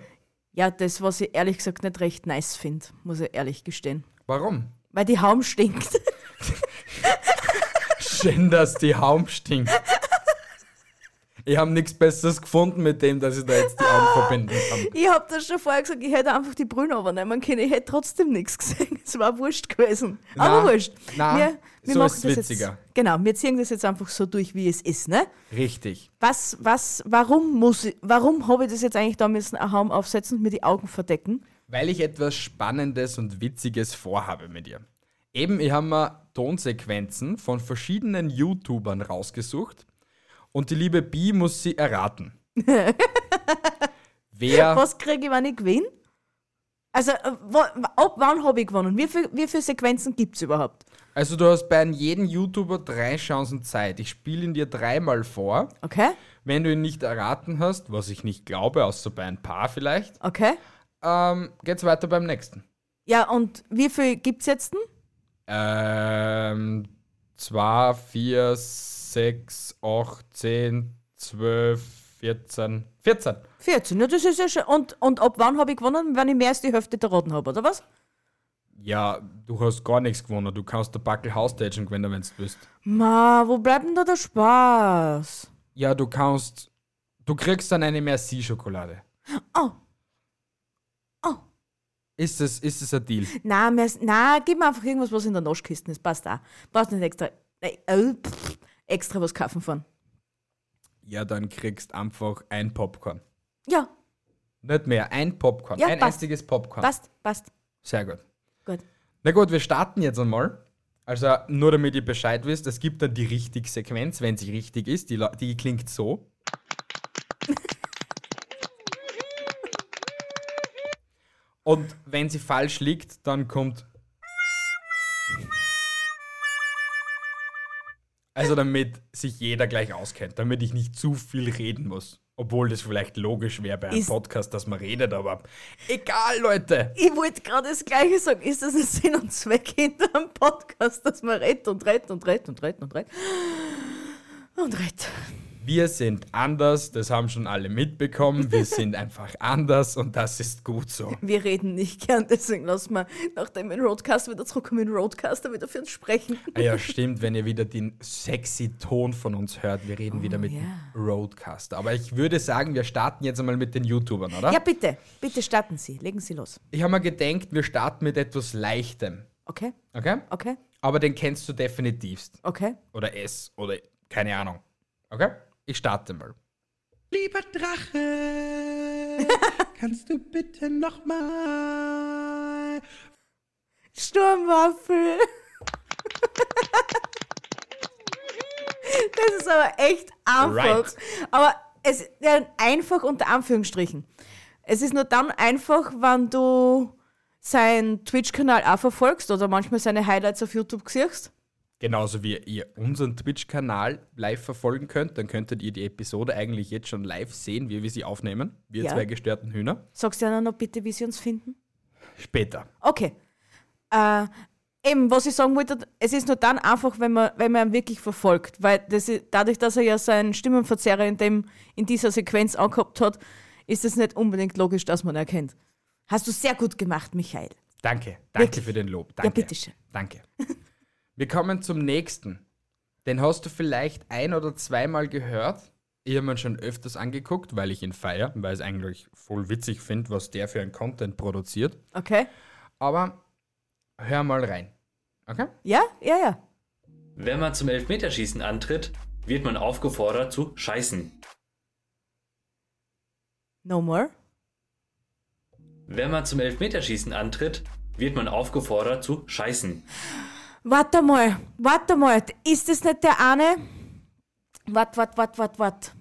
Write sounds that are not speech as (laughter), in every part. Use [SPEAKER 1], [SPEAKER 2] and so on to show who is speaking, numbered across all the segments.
[SPEAKER 1] Ja, das, was ich ehrlich gesagt nicht recht nice finde, muss ich ehrlich gestehen.
[SPEAKER 2] Warum?
[SPEAKER 1] Weil die Haum stinkt. (laughs)
[SPEAKER 2] Schön, dass die Haum stinkt. Ich habe nichts Besseres gefunden mit dem, dass ich da jetzt die Augen verbinden kann.
[SPEAKER 1] Ich hab das schon vorher gesagt, ich hätte einfach die Brühe übernehmen können. Ich hätte trotzdem nichts gesehen. Es war wurscht gewesen.
[SPEAKER 2] Na,
[SPEAKER 1] Aber wurscht.
[SPEAKER 2] na, so
[SPEAKER 1] machen
[SPEAKER 2] ist's
[SPEAKER 1] das
[SPEAKER 2] witziger.
[SPEAKER 1] Jetzt, genau, wir ziehen das jetzt einfach so durch, wie es ist, ne?
[SPEAKER 2] Richtig.
[SPEAKER 1] was, was, warum muss ich, warum habe ich das jetzt eigentlich da müssen, einen Haum aufsetzen und mir die Augen verdecken?
[SPEAKER 2] weil ich etwas Spannendes und Witziges vorhabe mit ihr. Eben, ich habe mir Tonsequenzen von verschiedenen YouTubern rausgesucht und die liebe Bi muss sie erraten. Wer?
[SPEAKER 1] (laughs) Was kriege ich, wenn ich gewinne? Also, äh, wo, ab wann habe ich gewonnen? Wie viele wie viel Sequenzen gibt es überhaupt?
[SPEAKER 2] Also du hast bei jedem YouTuber drei Chancen Zeit. Ich spiele ihn dir dreimal vor.
[SPEAKER 1] Okay,
[SPEAKER 2] Wenn du ihn nicht erraten hast, was ich nicht glaube, außer bei ein paar vielleicht,
[SPEAKER 1] okay.
[SPEAKER 2] ähm, geht's weiter beim nächsten.
[SPEAKER 1] Ja, und wie viel gibt es jetzt? denn?
[SPEAKER 2] Ähm, 2, 4, 6, 8, 10, 12, 14, 14.
[SPEAKER 1] 14, ja, das ist ja schon. Und, und ab wann habe ich gewonnen, wenn ich mehr als die Hälfte der Roten habe, oder was?
[SPEAKER 2] Ja, du hast gar nichts gewonnen. Du kannst der Backel Haustätschen gewinnen, wenn du willst.
[SPEAKER 1] Ma, wo bleibt denn da der Spaß?
[SPEAKER 2] Ja, du kannst. Du kriegst dann eine Merci-Schokolade.
[SPEAKER 1] Oh. Oh.
[SPEAKER 2] Ist es, ist es ein Deal?
[SPEAKER 1] Na, mir ist, na, gib mir einfach irgendwas, was in der Naschkiste ist. Passt auch. Brauchst nicht extra, äh, äh, pff, extra was kaufen von.
[SPEAKER 2] Ja, dann kriegst einfach ein Popcorn.
[SPEAKER 1] Ja,
[SPEAKER 2] Nicht mehr, ein Popcorn.
[SPEAKER 1] Ja,
[SPEAKER 2] ein
[SPEAKER 1] passt.
[SPEAKER 2] einziges Popcorn.
[SPEAKER 1] passt, passt.
[SPEAKER 2] Sehr gut.
[SPEAKER 1] Gut.
[SPEAKER 2] Na gut, wir starten jetzt einmal. Also nur damit ihr Bescheid wisst, es gibt dann die richtige Sequenz, wenn sie richtig ist. Die, la- die klingt so. Und wenn sie falsch liegt, dann kommt. Also damit sich jeder gleich auskennt, damit ich nicht zu viel reden muss. Obwohl das vielleicht logisch wäre bei einem
[SPEAKER 1] Ist-
[SPEAKER 2] Podcast, dass man redet, aber egal, Leute.
[SPEAKER 1] Ich wollte gerade das Gleiche sagen. Ist das ein Sinn und Zweck hinter einem Podcast, dass man redet und redet und redet und redet und redet? Und redet.
[SPEAKER 2] Wir sind anders, das haben schon alle mitbekommen. Wir sind einfach anders und das ist gut so.
[SPEAKER 1] Wir reden nicht gern, deswegen lassen wir, nachdem wir den Roadcast wieder zurückkommen, den Roadcaster wieder für uns sprechen.
[SPEAKER 2] Ah ja, stimmt, wenn ihr wieder den sexy Ton von uns hört. Wir reden wieder mit
[SPEAKER 1] ja.
[SPEAKER 2] dem Roadcaster. Aber ich würde sagen, wir starten jetzt einmal mit den YouTubern, oder?
[SPEAKER 1] Ja, bitte, bitte starten Sie, legen Sie los.
[SPEAKER 2] Ich habe mir gedacht, wir starten mit etwas Leichtem.
[SPEAKER 1] Okay,
[SPEAKER 2] Okay?
[SPEAKER 1] okay,
[SPEAKER 2] Aber den kennst du definitivst.
[SPEAKER 1] okay.
[SPEAKER 2] Oder es. Oder keine Ahnung. Okay? Ich starte mal.
[SPEAKER 3] Lieber Drache, kannst du bitte nochmal?
[SPEAKER 1] Sturmwaffel. Das ist aber echt einfach.
[SPEAKER 2] Right.
[SPEAKER 1] Aber es ja, einfach unter Anführungsstrichen. Es ist nur dann einfach, wenn du seinen Twitch-Kanal auch verfolgst oder manchmal seine Highlights auf YouTube siehst.
[SPEAKER 2] Genauso wie ihr unseren Twitch-Kanal live verfolgen könnt, dann könntet ihr die Episode eigentlich jetzt schon live sehen, wie wir sie aufnehmen. Wir
[SPEAKER 1] Ja.
[SPEAKER 2] zwei gestörten Hühner.
[SPEAKER 1] Sagst du ihnen noch bitte, wie sie uns finden?
[SPEAKER 2] Später.
[SPEAKER 1] Okay. Äh, eben, was ich sagen wollte, es ist nur dann einfach, wenn man, wenn man ihn wirklich verfolgt. Weil das ist, dadurch, dass er ja seinen Stimmenverzerrer in, dem, in dieser Sequenz angehabt hat, ist es nicht unbedingt logisch, dass man ihn erkennt. Hast du sehr gut gemacht, Michael.
[SPEAKER 2] Danke, danke
[SPEAKER 1] Wirklich?
[SPEAKER 2] für den Lob. Danke.
[SPEAKER 1] bitteschön. (laughs)
[SPEAKER 2] Danke. Wir kommen zum nächsten. Den hast du vielleicht ein oder zweimal gehört. Ich habe ihn schon öfters angeguckt, weil ich ihn feiere, weil ich es eigentlich voll witzig finde, was der für ein Content produziert.
[SPEAKER 1] Okay?
[SPEAKER 2] Aber hör mal rein. Okay?
[SPEAKER 1] Ja, ja, ja.
[SPEAKER 4] Wenn man zum Elfmeterschießen antritt, wird man aufgefordert zu scheißen.
[SPEAKER 1] No more.
[SPEAKER 4] Wenn man zum Elfmeterschießen antritt, wird man aufgefordert zu scheißen.
[SPEAKER 1] Warte mal, warte mal. Ist das nicht der eine? Wart, wart, wart, wart, wart.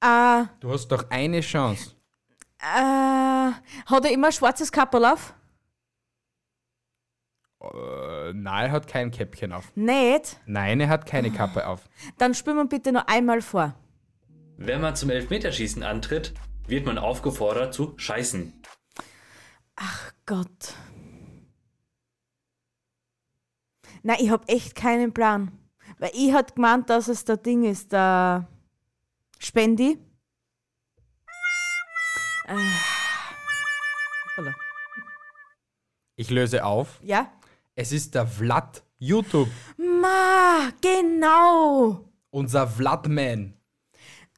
[SPEAKER 1] Äh,
[SPEAKER 2] Du hast doch eine Chance.
[SPEAKER 1] äh, hat er immer ein schwarzes Kappel auf?
[SPEAKER 2] Äh, nein, er hat kein Käppchen auf.
[SPEAKER 1] Nicht?
[SPEAKER 2] Nein, er hat keine Kappe auf.
[SPEAKER 1] Dann spielen wir bitte noch einmal vor.
[SPEAKER 4] Wenn man zum Elfmeterschießen antritt, wird man aufgefordert zu scheißen.
[SPEAKER 1] Gott. Nein, ich habe echt keinen Plan. Weil ich hat gemeint, dass es der Ding ist, der Spendi. Äh. Hoppala.
[SPEAKER 2] Ich löse auf.
[SPEAKER 1] Ja?
[SPEAKER 2] Es ist der Vlad YouTube.
[SPEAKER 1] Ma, genau.
[SPEAKER 2] Unser Vladman.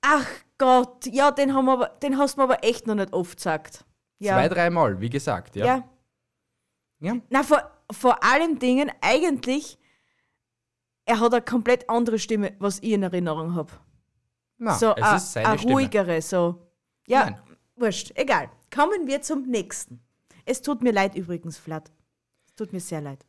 [SPEAKER 1] Ach Gott, ja, den, haben wir, aber- den hast du mir aber echt noch nicht oft gesagt. Ja.
[SPEAKER 2] Zwei, dreimal, wie gesagt. Ja.
[SPEAKER 1] ja.
[SPEAKER 2] Ja.
[SPEAKER 1] Na, vor, vor allen Dingen, eigentlich, er hat eine komplett andere Stimme, was ich in Erinnerung habe.
[SPEAKER 2] Na,
[SPEAKER 1] so
[SPEAKER 2] Ah, es
[SPEAKER 1] a-
[SPEAKER 2] ist seine
[SPEAKER 1] a
[SPEAKER 2] Stimme.
[SPEAKER 1] ruhigere, so. Ja,
[SPEAKER 2] Nein.
[SPEAKER 1] wurscht, egal. Kommen wir zum nächsten. Es tut mir leid übrigens, Vlad. Es tut mir sehr leid.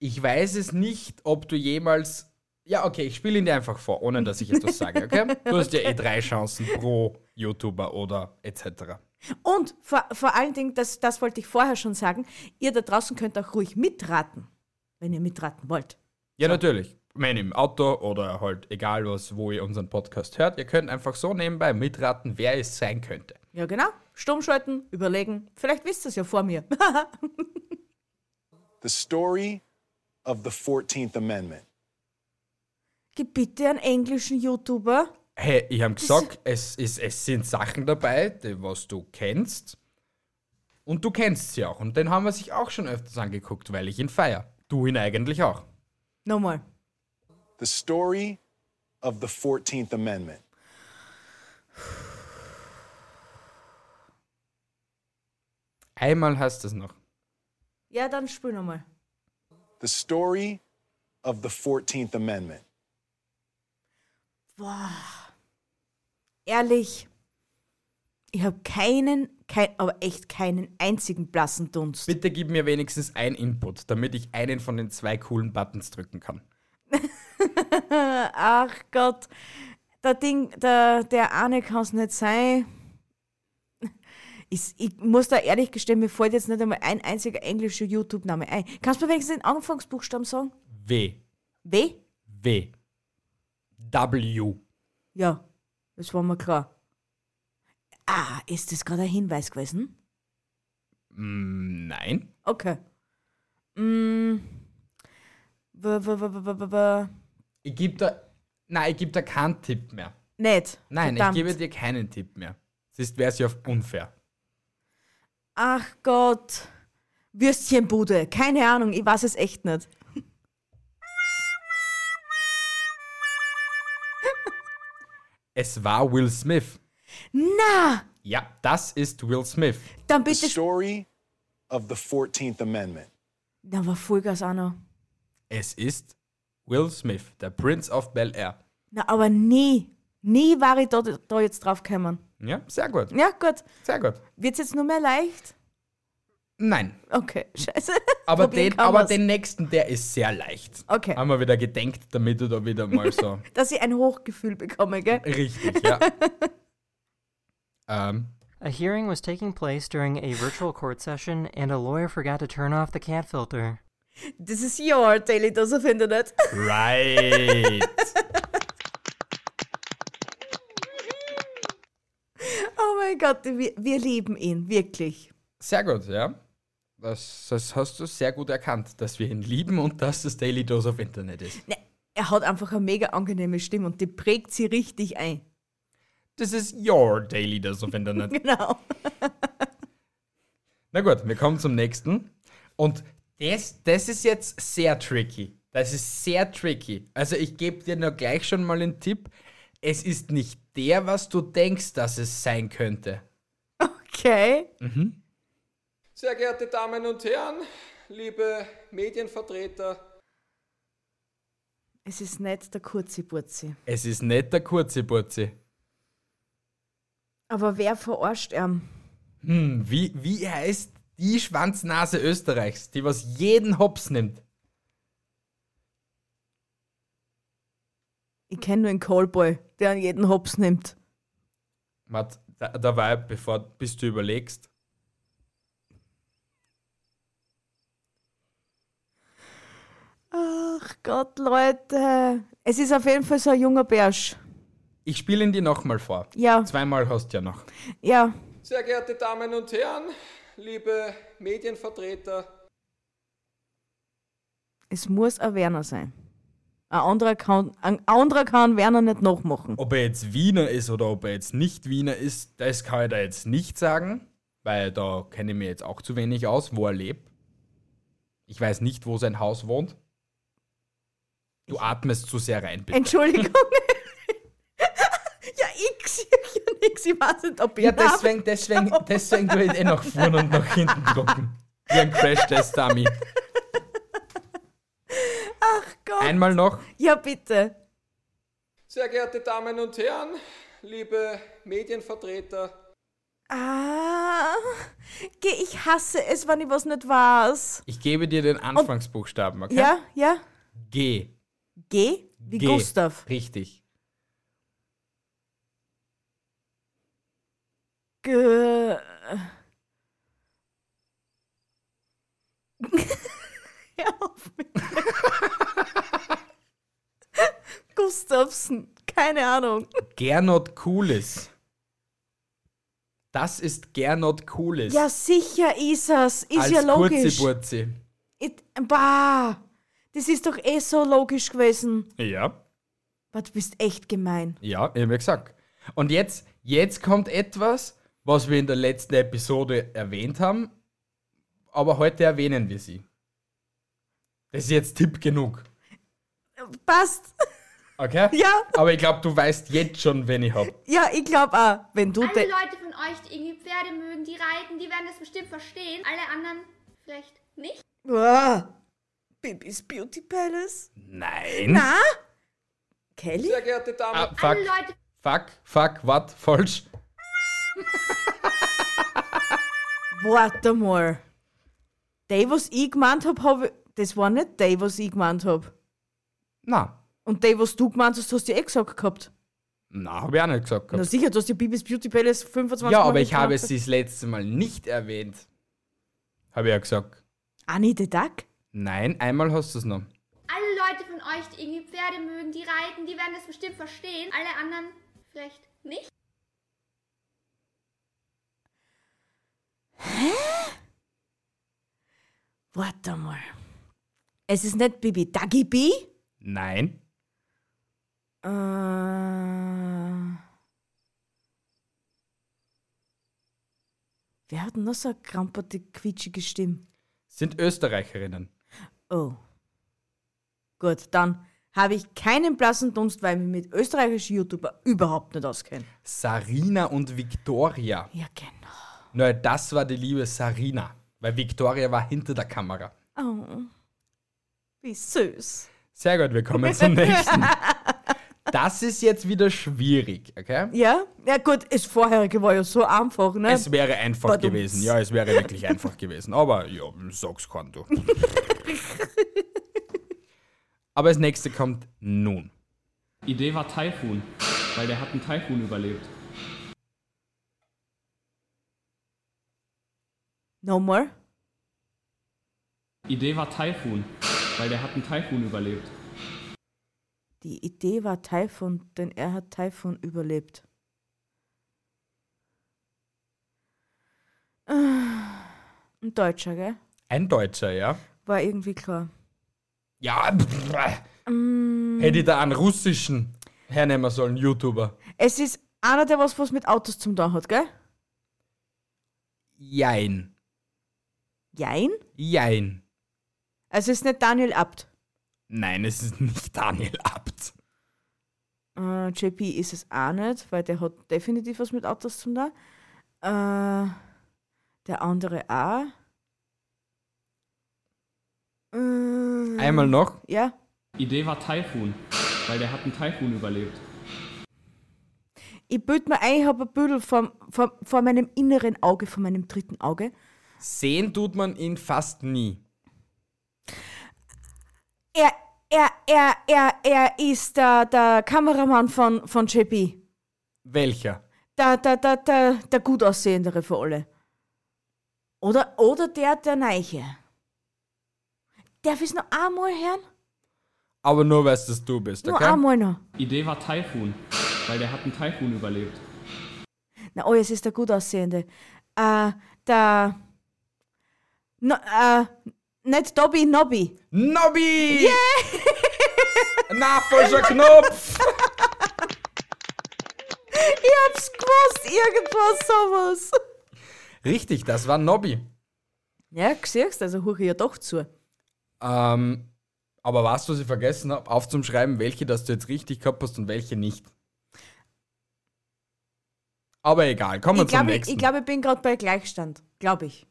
[SPEAKER 2] Ich weiß es nicht, ob du jemals. Ja, okay, ich spiele ihn dir einfach vor, ohne dass ich etwas sage, okay?
[SPEAKER 1] (laughs)
[SPEAKER 2] Du hast ja eh drei Chancen pro YouTuber oder etc.
[SPEAKER 1] Und vor, vor allen Dingen, das, das wollte ich vorher schon sagen, ihr da draußen könnt auch ruhig mitraten, wenn ihr mitraten wollt.
[SPEAKER 2] Ja, natürlich. Wenn im Auto oder halt egal was, wo ihr unseren Podcast hört, ihr könnt einfach so nebenbei mitraten, wer es sein könnte.
[SPEAKER 1] Ja, genau. Stumm schalten, überlegen. Vielleicht wisst ihr es ja vor mir. (laughs)
[SPEAKER 5] The story of the 14th Amendment.
[SPEAKER 1] Gib bitte einen englischen YouTuber.
[SPEAKER 2] Hey, ich habe gesagt, es, ist, es sind Sachen dabei, die, was du kennst. Und du kennst sie auch. Und den haben wir sich auch schon öfters angeguckt, weil ich ihn feier. Du ihn eigentlich auch.
[SPEAKER 1] Nochmal.
[SPEAKER 5] The story of the 14th Amendment.
[SPEAKER 2] Einmal hast du es noch.
[SPEAKER 1] Ja, dann spiel nochmal.
[SPEAKER 5] The story of the 14th Amendment.
[SPEAKER 1] Boah. Ehrlich, ich habe keinen, kein, aber echt keinen einzigen blassen Dunst.
[SPEAKER 2] Bitte gib mir wenigstens ein Input, damit ich einen von den zwei coolen Buttons drücken kann.
[SPEAKER 1] Ach Gott, der Ding, der, der eine kann es nicht sein. Ich, ich muss da ehrlich gestehen, mir fällt jetzt nicht einmal ein einziger englischer YouTube-Name ein. Kannst du mir wenigstens den Anfangsbuchstaben sagen?
[SPEAKER 2] W.
[SPEAKER 1] W?
[SPEAKER 2] W. W.
[SPEAKER 1] Ja, das war mir klar. Ah, ist das gerade ein Hinweis gewesen?
[SPEAKER 2] Mm, Nein.
[SPEAKER 1] Okay. Mm. W- w- w- w- w- w-
[SPEAKER 2] Ich gebe da. Nein, ich gebe da keinen Tipp mehr.
[SPEAKER 1] Nicht.
[SPEAKER 2] Nein,
[SPEAKER 1] Verdammt.
[SPEAKER 2] ich gebe dir keinen Tipp mehr. Sonst wäre es ja unfair.
[SPEAKER 1] Ach Gott. Würstchenbude. Keine Ahnung, ich weiß es echt nicht.
[SPEAKER 2] Es war Will Smith.
[SPEAKER 1] Na,
[SPEAKER 2] Ja, das ist Will Smith.
[SPEAKER 1] dann
[SPEAKER 5] The
[SPEAKER 1] bitte.
[SPEAKER 5] story of the 14th Amendment.
[SPEAKER 1] Da war Vollgas auch noch.
[SPEAKER 2] Es ist Will Smith, der Prince of Bel Air.
[SPEAKER 1] Na, aber nie. Nie war ich da, da jetzt drauf gekommen.
[SPEAKER 2] Ja, sehr gut.
[SPEAKER 1] Ja, gut.
[SPEAKER 2] Sehr gut.
[SPEAKER 1] Wird's jetzt nur mehr leicht?
[SPEAKER 2] Nein,
[SPEAKER 1] Okay, (laughs) scheiße.
[SPEAKER 2] aber,
[SPEAKER 1] Probieren
[SPEAKER 2] den,
[SPEAKER 1] kann
[SPEAKER 2] aber
[SPEAKER 1] man's.
[SPEAKER 2] den nächsten, der ist sehr leicht.
[SPEAKER 1] Okay.
[SPEAKER 2] Haben wir wieder gedenkt, damit du da wieder mal so
[SPEAKER 1] Dass ich ein Hochgefühl bekomme, gell?
[SPEAKER 2] richtig, ja. ähm,
[SPEAKER 6] A hearing was taking place during a virtual court session, and a lawyer forgot to turn off the cat filter.
[SPEAKER 1] This is your daily dose of (laughs) Internet.
[SPEAKER 2] right.
[SPEAKER 1] Oh mein Gott, wir, wir lieben ihn, wirklich.
[SPEAKER 2] Sehr gut, ja. Das, das hast du sehr gut erkannt, dass wir ihn lieben und dass das Daily Dose of Internet ist.
[SPEAKER 1] Ne, er hat einfach eine mega angenehme Stimme und die prägt sie richtig ein. (laughs)
[SPEAKER 2] Das ist your Daily Dose of Internet.
[SPEAKER 1] Genau.
[SPEAKER 2] Na gut, wir kommen zum nächsten. Und das, das ist jetzt sehr tricky. Das ist sehr tricky. Also ich gebe dir nur gleich schon mal einen Tipp. Es ist nicht der, was du denkst, dass es sein könnte.
[SPEAKER 1] Okay.
[SPEAKER 7] Sehr geehrte Damen und Herren, liebe Medienvertreter,
[SPEAKER 1] Es ist nicht der Kurzi-Burzi.
[SPEAKER 2] Es ist nicht der kurze Burzi.
[SPEAKER 1] Aber wer verarscht ihn?
[SPEAKER 2] Hm, wie, wie heißt die Schwanznase Österreichs, die was jeden Hops nimmt?
[SPEAKER 1] Ich kenne nur einen Callboy, der an jeden Hops nimmt.
[SPEAKER 2] Matt, da, dabei, bevor, bis du überlegst.
[SPEAKER 1] Ach Gott, Leute. Es ist auf jeden Fall so ein junger Bärsch.
[SPEAKER 2] Ich spiele ihn dir nochmal vor.
[SPEAKER 1] Ja,
[SPEAKER 2] Zweimal hast du ja noch.
[SPEAKER 1] ja.
[SPEAKER 7] sehr geehrte Damen und Herren, liebe Medienvertreter,
[SPEAKER 1] Es muss ein Werner sein. Ein anderer kann, ein anderer kann Werner nicht nachmachen.
[SPEAKER 2] Ob er jetzt Wiener ist oder ob er jetzt nicht Wiener ist, das kann ich da jetzt nicht sagen, weil da kenne ich mir jetzt auch zu wenig aus, wo er lebt. Ich weiß nicht, wo sein Haus wohnt. Du atmest zu sehr rein, bitte.
[SPEAKER 1] (laughs) Entschuldigung. ja, ich sehe ja nichts. Ich weiß nicht, ob ich
[SPEAKER 2] Ja, deswegen, deswegen, deswegen tue ich eh nach vorne und nach hinten drucken. Wie ein Crash-Test-Dummy.
[SPEAKER 1] Gott.
[SPEAKER 2] Einmal noch.
[SPEAKER 1] Ja, bitte.
[SPEAKER 7] sehr geehrte Damen und Herren, liebe Medienvertreter,
[SPEAKER 1] Ah, geh, ich hasse es, wenn ich was nicht weiß.
[SPEAKER 2] Ich gebe dir den Anfangsbuchstaben, okay?
[SPEAKER 1] Ja, ja.
[SPEAKER 2] G.
[SPEAKER 1] G wie
[SPEAKER 2] G.
[SPEAKER 1] Gustav.
[SPEAKER 2] Richtig.
[SPEAKER 1] G. (laughs) Hör auf mit. Gustavsen, keine Ahnung.
[SPEAKER 2] Gernot Kulis. Das ist Gernot Kulis.
[SPEAKER 1] Ja, sicher ist es. Ist
[SPEAKER 2] als
[SPEAKER 1] ja logisch.
[SPEAKER 2] Kurzi-Burzi.
[SPEAKER 1] It, bah, das ist doch eh so logisch gewesen.
[SPEAKER 2] Ja,
[SPEAKER 1] Aber du bist echt gemein.
[SPEAKER 2] ja, ich habe ja gesagt. Und jetzt, jetzt kommt etwas, was wir in der letzten Episode erwähnt haben, aber heute erwähnen wir sie. Das ist jetzt Tipp genug.
[SPEAKER 1] Passt.
[SPEAKER 2] Okay?
[SPEAKER 1] (laughs) Ja.
[SPEAKER 2] Aber ich glaube, du weißt jetzt schon, wen ich habe.
[SPEAKER 1] Ja, ich glaube auch, wenn du
[SPEAKER 8] Alle
[SPEAKER 1] de
[SPEAKER 8] Leute von euch, die irgendwie Pferde mögen, die reiten, die werden das bestimmt verstehen. Alle anderen vielleicht nicht.
[SPEAKER 1] Wow. Bibis Beauty Palace.
[SPEAKER 2] Nein.
[SPEAKER 1] Na? Kelly?
[SPEAKER 7] sehr geehrte Damen
[SPEAKER 2] Ah, fuck,
[SPEAKER 8] Alle Leute
[SPEAKER 2] fuck, fuck, was? Falsch.
[SPEAKER 1] Warte mal. Die, was ich gemeint habe, hab ich- das war nicht die, was ich gemeint habe.
[SPEAKER 2] Na,
[SPEAKER 1] Und die, was du gemeint hast, hast du eh gesagt gehabt.
[SPEAKER 2] na, habe ich auch nicht gesagt.
[SPEAKER 1] Na
[SPEAKER 2] Gehabt.
[SPEAKER 1] sicher, du hast ja Bibis Beauty Palace 25
[SPEAKER 2] Ja,
[SPEAKER 1] Mal
[SPEAKER 2] aber ich
[SPEAKER 1] gemeint.
[SPEAKER 2] habe sie das letzte Mal nicht erwähnt. Habe ich ja gesagt.
[SPEAKER 1] Annie the Duck?
[SPEAKER 2] Nein, einmal hast du es noch.
[SPEAKER 8] Alle Leute von euch, die irgendwie Pferde mögen, die reiten, die werden das bestimmt verstehen. Alle anderen vielleicht nicht.
[SPEAKER 1] Warte mal. Es ist nicht Bibi Duggy Bee?
[SPEAKER 2] Nein.
[SPEAKER 1] Äh. Wer hat denn noch so eine kramperte, quietschige Stimme?
[SPEAKER 2] Sind Österreicherinnen.
[SPEAKER 1] Oh. Gut, dann habe ich keinen blassen Dunst, weil ich mich mit österreichischen YouTuber überhaupt nicht auskenne.
[SPEAKER 2] Sarina und Victoria.
[SPEAKER 1] Ja, genau.
[SPEAKER 2] Na, das war die liebe Sarina, weil Victoria war hinter der Kamera.
[SPEAKER 1] Oh. Wie süß.
[SPEAKER 2] Sehr gut, wir kommen
[SPEAKER 1] (laughs)
[SPEAKER 2] zum nächsten. Das ist jetzt wieder schwierig, okay?
[SPEAKER 1] Ja? Ja, gut, das vorherige war ja so einfach, ne?
[SPEAKER 2] Es wäre einfach
[SPEAKER 1] Badums.
[SPEAKER 2] gewesen. Ja, es wäre wirklich einfach gewesen. Aber ja, sag's kann
[SPEAKER 1] (laughs)
[SPEAKER 2] du. Aber das nächste kommt nun.
[SPEAKER 9] Idee war Taifun, weil der hat einen Taifun überlebt.
[SPEAKER 1] Nochmal?
[SPEAKER 9] Idee war Taifun, weil der hat einen Taifun überlebt.
[SPEAKER 1] Die Idee war Taifun, denn er hat Taifun überlebt. Ah. Ein Deutscher, gell?
[SPEAKER 2] Ein Deutscher, ja?
[SPEAKER 1] War irgendwie klar.
[SPEAKER 2] Ja, pff,
[SPEAKER 1] Mm,
[SPEAKER 2] hätte ich da einen russischen hernehmen sollen, YouTuber.
[SPEAKER 1] es ist einer, der was, was mit Autos zum tun hat, gell?
[SPEAKER 2] Jein.
[SPEAKER 1] Jein?
[SPEAKER 2] Jein.
[SPEAKER 1] Also es ist nicht Daniel Abt.
[SPEAKER 2] Nein, es ist nicht Daniel Abt.
[SPEAKER 1] Äh, JP ist es auch nicht, weil der hat definitiv was mit Autos zum tun. Äh, der andere auch. Äh,
[SPEAKER 9] Einmal
[SPEAKER 2] noch?
[SPEAKER 1] Ja.
[SPEAKER 9] Idee war Taifun, weil der hat einen Taifun überlebt.
[SPEAKER 1] Ich bild mir ein, ich habe ein Büdel vor, vor, vor meinem inneren Auge, vor meinem dritten Auge.
[SPEAKER 2] Sehen tut man ihn fast nie.
[SPEAKER 1] Er, er, er, er, er ist der, der Kameramann von, von JP.
[SPEAKER 2] Welcher?
[SPEAKER 1] Der, der, der, der, der gut aussehendere für alle. Oder, oder der, der Neiche. Darf ich es noch einmal hören?
[SPEAKER 2] Aber nur weißt, dass du bist,
[SPEAKER 1] Nur
[SPEAKER 2] okay?
[SPEAKER 1] einmal noch.
[SPEAKER 9] Idee war Taifun, weil der hat einen Taifun überlebt.
[SPEAKER 1] Na, oh, es ist der gut aussehende. Äh, der. No, äh, nicht Dobby, Nobby. (laughs)
[SPEAKER 2] Nobby! Yeah! (laughs) Na, falscher Knopf!
[SPEAKER 1] Ich hab's gewusst, irgendwas sowas.
[SPEAKER 2] Richtig, das war Nobby.
[SPEAKER 1] Ja, siehst also höre ich ja doch zu.
[SPEAKER 2] Ähm, aber weißt du, was ich vergessen habe? Aufzuschreiben, welche, dass du jetzt richtig gehabt hast und welche nicht. Aber egal, kommen wir
[SPEAKER 1] Ich
[SPEAKER 2] zum
[SPEAKER 1] glaube, ich,
[SPEAKER 2] nächsten.
[SPEAKER 1] ich, glaub, ich bin gerade bei Gleichstand. Glaube ich.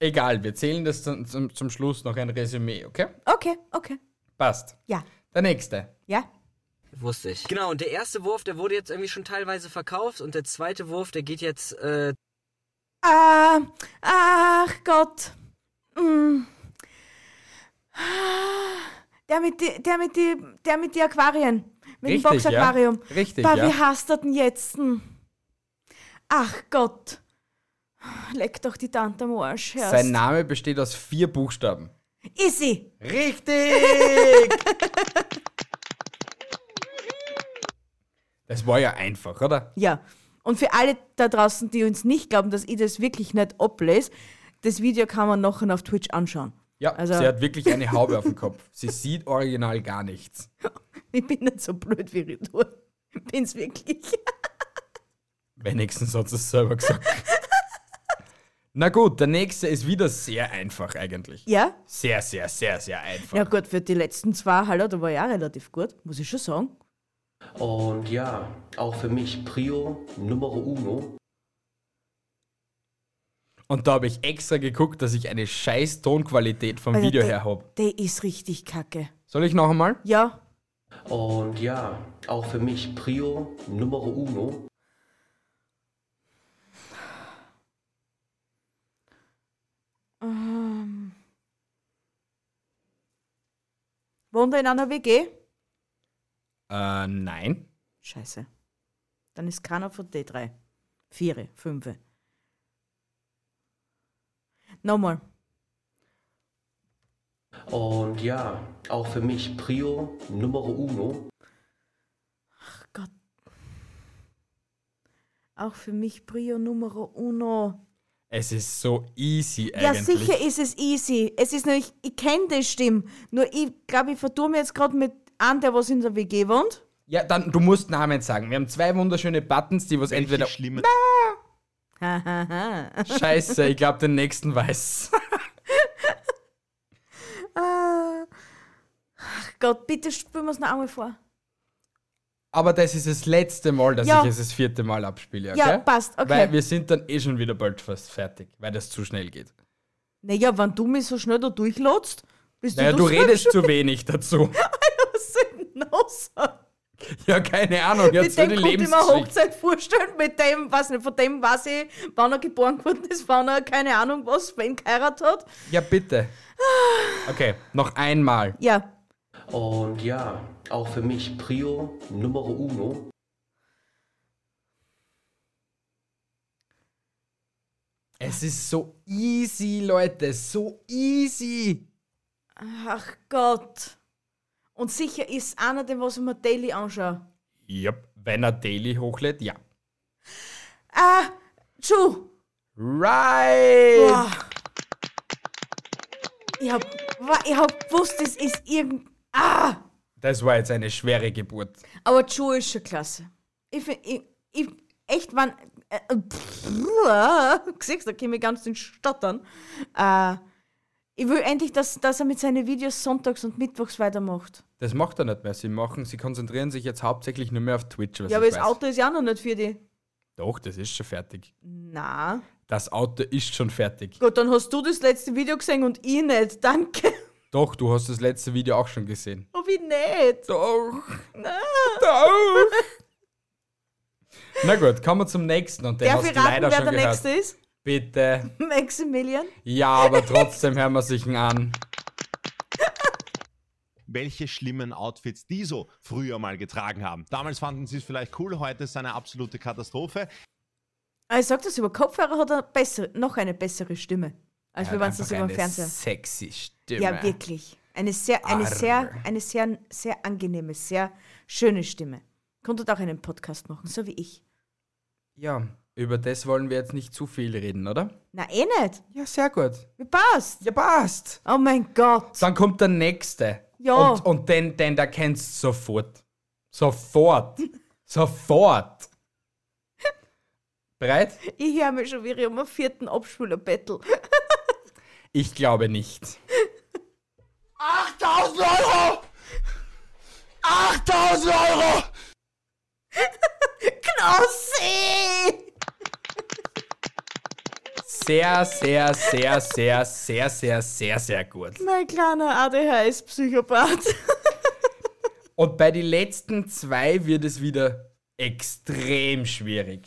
[SPEAKER 2] egal, wir zählen das zum, zum, zum Schluss noch ein Resümee, okay?
[SPEAKER 1] Okay, okay.
[SPEAKER 2] Passt.
[SPEAKER 1] Ja.
[SPEAKER 2] Der nächste.
[SPEAKER 1] Ja?
[SPEAKER 10] Wusste ich. Genau, und der erste Wurf, der wurde jetzt irgendwie schon teilweise verkauft und der zweite Wurf, der geht jetzt, äh,
[SPEAKER 1] Ah, ach Gott. Mm. Der mit, die, der, mit die, der mit die Aquarien. Mit
[SPEAKER 2] Richtig,
[SPEAKER 1] dem Boxaquarium.
[SPEAKER 2] ja. Richtig,
[SPEAKER 1] Bah,
[SPEAKER 2] ja.
[SPEAKER 1] wie hasst er denn jetzt? Hm. Ach Gott. Leck doch die Tante am Arsch. hörst.
[SPEAKER 2] Sein Name besteht aus vier Buchstaben.
[SPEAKER 1] Easy.
[SPEAKER 2] Richtig! Das war ja einfach, oder?
[SPEAKER 1] Ja. Und für alle da draußen, die uns nicht glauben, dass ich das wirklich nicht ablese, das Video kann man nachher auf Twitch anschauen. (laughs)
[SPEAKER 2] Ja,
[SPEAKER 1] Also-
[SPEAKER 2] sie hat wirklich eine Haube auf dem Kopf. Sie sieht original gar nichts.
[SPEAKER 1] Ich bin nicht so blöd wie du. Ich bin's wirklich. (laughs)
[SPEAKER 2] Wenigstens hat sie es selber gesagt. Na gut, der nächste ist wieder sehr einfach eigentlich.
[SPEAKER 1] Ja?
[SPEAKER 2] Sehr, sehr, sehr, sehr einfach.
[SPEAKER 1] Ja gut, für die letzten zwei, hallo, da war ich auch relativ gut, muss ich schon sagen.
[SPEAKER 11] Und ja, auch für mich Prio Numero Uno.
[SPEAKER 2] Und da habe ich extra geguckt, dass ich eine scheiß Tonqualität vom
[SPEAKER 1] Also
[SPEAKER 2] Video
[SPEAKER 1] der-
[SPEAKER 2] her habe.
[SPEAKER 1] Der ist richtig kacke.
[SPEAKER 2] Soll ich noch einmal?
[SPEAKER 1] Ja.
[SPEAKER 11] Und
[SPEAKER 12] Ah,
[SPEAKER 11] ja, auch für mich Prio Numero Uno.
[SPEAKER 1] Ähm. Wohnt er in einer WG?
[SPEAKER 2] Äh, nein.
[SPEAKER 1] Scheiße. Dann ist keiner von D3. Viere, fünfe. Nochmal.
[SPEAKER 11] Und ja, auch für mich Prio Numero Uno.
[SPEAKER 1] Auch für mich Prio Numero Uno.
[SPEAKER 2] Es ist so easy
[SPEAKER 1] Ja,
[SPEAKER 2] eigentlich.
[SPEAKER 1] sicher ist es easy. Es ist nur, ich, ich kenne die Stimme. Nur ich glaube, ich vertue mir jetzt gerade mit einem, der was in der WG wohnt.
[SPEAKER 2] Ja, dann, du musst Namen sagen. Wir haben zwei wunderschöne Buttons, die was entweder. Schlimme.
[SPEAKER 1] (laughs)
[SPEAKER 2] Scheiße, ich glaube, den nächsten weiß.
[SPEAKER 1] Ah. Ach Gott, bitte spüren wir es noch einmal vor.
[SPEAKER 2] Aber das ist das letzte Mal, dass
[SPEAKER 1] Ja.
[SPEAKER 2] ich es das vierte Mal abspiele, okay?
[SPEAKER 1] Ja, passt, okay.
[SPEAKER 2] Weil wir sind dann eh schon wieder bald fast fertig, weil das zu schnell geht.
[SPEAKER 1] Naja, wenn du mich so schnell da durchlotst, bist
[SPEAKER 2] naja, du
[SPEAKER 1] du das
[SPEAKER 2] redest
[SPEAKER 1] (laughs) schon-
[SPEAKER 2] zu wenig dazu. (laughs)
[SPEAKER 1] Was soll denn noch sagen?
[SPEAKER 2] Ja, keine Ahnung, jetzt
[SPEAKER 1] Mit
[SPEAKER 2] für
[SPEAKER 1] dem
[SPEAKER 2] die
[SPEAKER 1] konnte ich mir eine
[SPEAKER 2] Lebensgeschichte.
[SPEAKER 1] Hochzeit vorstellen, mit dem, weiß nicht, von dem weiß ich, wann er geboren geworden ist, wann er keine Ahnung was, wen geheiratet hat.
[SPEAKER 2] Ja,
[SPEAKER 1] (sighs)
[SPEAKER 2] bitte. Okay, noch einmal.
[SPEAKER 1] Ja,
[SPEAKER 11] Und ja, auch für mich Prio Numero Uno.
[SPEAKER 2] Es ist so easy, Leute, so easy.
[SPEAKER 1] ach Gott. Und sicher ist einer, den was ich mir daily anschaue.
[SPEAKER 2] Yep, wenn er Daily hochlädt, ja.
[SPEAKER 1] Ah, Ju,
[SPEAKER 2] Right!
[SPEAKER 1] Boah. Ich hab, wa- ich hab gewusst, es ist irgend. Ah!
[SPEAKER 2] Das war jetzt eine schwere Geburt.
[SPEAKER 1] Aber Joe ist schon klasse. Ich find, ich, ich echt, wann. Äh, äh, pff, (laughs) siehst, du, da käme ich ganz ins Stottern. Äh, ich will endlich, dass, dass er mit seinen Videos sonntags und mittwochs weitermacht.
[SPEAKER 2] Das macht er nicht mehr. Sie machen, sie konzentrieren sich jetzt hauptsächlich nur mehr auf Twitch. Was
[SPEAKER 1] ja, aber
[SPEAKER 2] ich
[SPEAKER 1] das
[SPEAKER 2] weiß.
[SPEAKER 1] Auto ist ja auch noch nicht für die.
[SPEAKER 2] Doch, das ist schon fertig.
[SPEAKER 1] Na.
[SPEAKER 2] Das Auto ist schon fertig.
[SPEAKER 1] Gut, dann hast du das letzte Video gesehen und ich nicht. (laughs) Danke.
[SPEAKER 2] Doch, du hast das letzte Video auch schon gesehen.
[SPEAKER 1] Hab ich nicht.
[SPEAKER 2] Doch.
[SPEAKER 1] Na. (laughs)
[SPEAKER 2] Doch. Na gut, kommen wir zum nächsten und den
[SPEAKER 1] Darf
[SPEAKER 2] hast
[SPEAKER 1] ich
[SPEAKER 2] du
[SPEAKER 1] raten,
[SPEAKER 2] leider
[SPEAKER 1] wer
[SPEAKER 2] schon
[SPEAKER 1] der
[SPEAKER 2] gehört.
[SPEAKER 1] nächste ist? (laughs)
[SPEAKER 2] Bitte.
[SPEAKER 1] Maximilian?
[SPEAKER 2] Ja, aber trotzdem hören wir sich ihn an.
[SPEAKER 13] welche schlimmen Outfits die so früher mal getragen haben. Damals fanden sie es vielleicht cool, heute ist es eine absolute Katastrophe.
[SPEAKER 1] Ah, ich sag das über Kopfhörer hat er bessere, noch eine bessere Stimme. Als Also wir waren es über den Fernseher.
[SPEAKER 2] Sexy Stimme.
[SPEAKER 1] Ja, wirklich. Eine sehr, eine
[SPEAKER 2] Arr.
[SPEAKER 1] sehr, eine sehr, sehr angenehme, sehr schöne Stimme. Konntet auch einen Podcast machen, so wie ich.
[SPEAKER 2] Ja, über das wollen wir jetzt nicht zu viel reden, oder?
[SPEAKER 1] Na, eh nicht.
[SPEAKER 2] Ja, sehr gut.
[SPEAKER 1] Mir passt.
[SPEAKER 2] Ja, passt.
[SPEAKER 1] Oh mein Gott.
[SPEAKER 2] Dann kommt der nächste.
[SPEAKER 1] Ja.
[SPEAKER 2] Und, und den, den da kennst du sofort. Sofort. sofort. Bereit?
[SPEAKER 1] Ich höre mich schon wie ich um einen vierten (laughs) Abspüler-Battle.
[SPEAKER 2] Ich glaube nicht.
[SPEAKER 3] 8000 Euro! 8000 Euro!
[SPEAKER 1] Knossi!
[SPEAKER 2] Sehr, sehr, sehr, sehr, sehr, sehr, sehr, sehr gut.
[SPEAKER 1] Mein kleiner ADHS-Psychopath.
[SPEAKER 2] Und bei den letzten zwei wird es wieder extrem schwierig.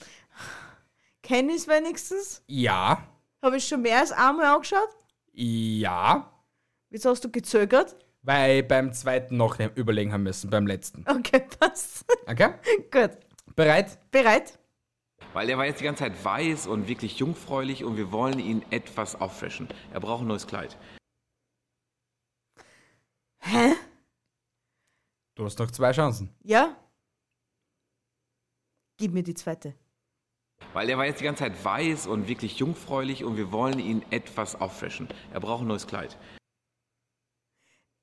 [SPEAKER 1] (laughs) Kenn ich wenigstens?
[SPEAKER 2] Ja,
[SPEAKER 1] Habe ich schon mehr als einmal angeschaut?
[SPEAKER 2] ja,
[SPEAKER 1] Jetzt hast du gezögert.
[SPEAKER 2] weil beim zweiten noch überlegen haben müssen, beim letzten.
[SPEAKER 1] Okay, (laughs) passt.
[SPEAKER 2] Okay?
[SPEAKER 1] Gut.
[SPEAKER 2] Bereit?
[SPEAKER 1] Bereit?
[SPEAKER 14] Weil er war jetzt die ganze Zeit weiß und wirklich jungfräulich und wir wollen ihn etwas auffrischen. Er braucht ein neues Kleid.
[SPEAKER 1] Hä?
[SPEAKER 2] Du hast noch zwei Chancen.
[SPEAKER 1] Ja? Gib mir die zweite.
[SPEAKER 14] Weil er war jetzt die ganze Zeit weiß und wirklich jungfräulich und wir wollen ihn etwas auffrischen. Er braucht ein neues Kleid.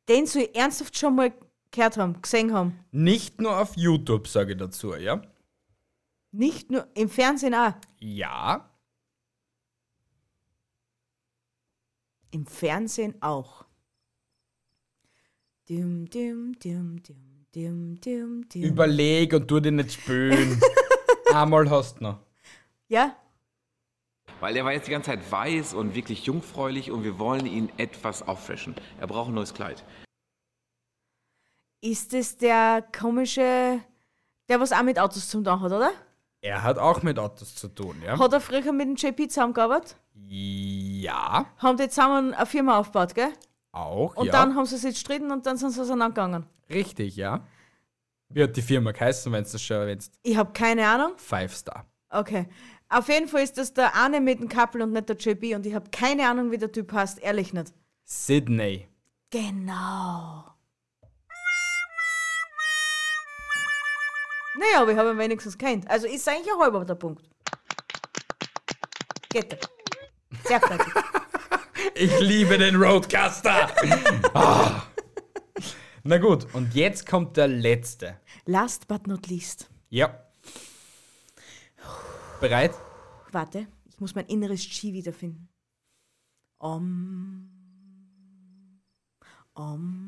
[SPEAKER 1] Den soll ich ernsthaft schon mal gehört haben, gesehen haben.
[SPEAKER 2] Nicht nur auf YouTube, sage ich dazu, ja?
[SPEAKER 1] Nicht nur im Fernsehen auch.
[SPEAKER 2] Ja.
[SPEAKER 1] Im Fernsehen auch. Dim, dim, dim, dim, dim, dim, dim.
[SPEAKER 2] Überleg und tu dich nicht
[SPEAKER 1] (laughs)
[SPEAKER 2] spülen. Einmal hast du noch.
[SPEAKER 1] Ja?
[SPEAKER 14] Weil er war jetzt die ganze Zeit weiß und wirklich jungfräulich und wir wollen ihn etwas auffrischen. Er braucht ein neues Kleid.
[SPEAKER 1] Ist es der komische, der was auch mit Autos zum Tun hat, oder?
[SPEAKER 2] Er hat auch mit Autos zu tun, ja?
[SPEAKER 1] Hat er früher mit dem JP zusammengearbeitet?
[SPEAKER 2] Ja,
[SPEAKER 1] Haben die zusammen eine Firma aufgebaut, gell?
[SPEAKER 2] auch,
[SPEAKER 1] Und
[SPEAKER 2] ja.
[SPEAKER 1] dann haben sie sich gestritten und dann sind sie auseinandergegangen.
[SPEAKER 2] Richtig, ja. Wie hat die Firma geheißen, wenn du das schon erwähnst?
[SPEAKER 1] Ich habe keine Ahnung.
[SPEAKER 2] Five Star.
[SPEAKER 1] Okay. Auf jeden Fall ist das der eine mit dem Kappel und nicht der JP und ich habe keine Ahnung, wie der Typ heißt, ehrlich nicht.
[SPEAKER 2] Sydney.
[SPEAKER 1] Genau. Naja, aber ich habe ihn wenigstens kennt. Also ist eigentlich ein halber der Punkt. Geht er. Sehr fleißig.
[SPEAKER 2] Ich liebe den Roadcaster!
[SPEAKER 1] (laughs)
[SPEAKER 2] ah. Na gut, und jetzt kommt der letzte.
[SPEAKER 1] Last but not least.
[SPEAKER 2] Ja. Bereit?
[SPEAKER 1] Warte, ich muss mein inneres Chi wiederfinden. Om. Om.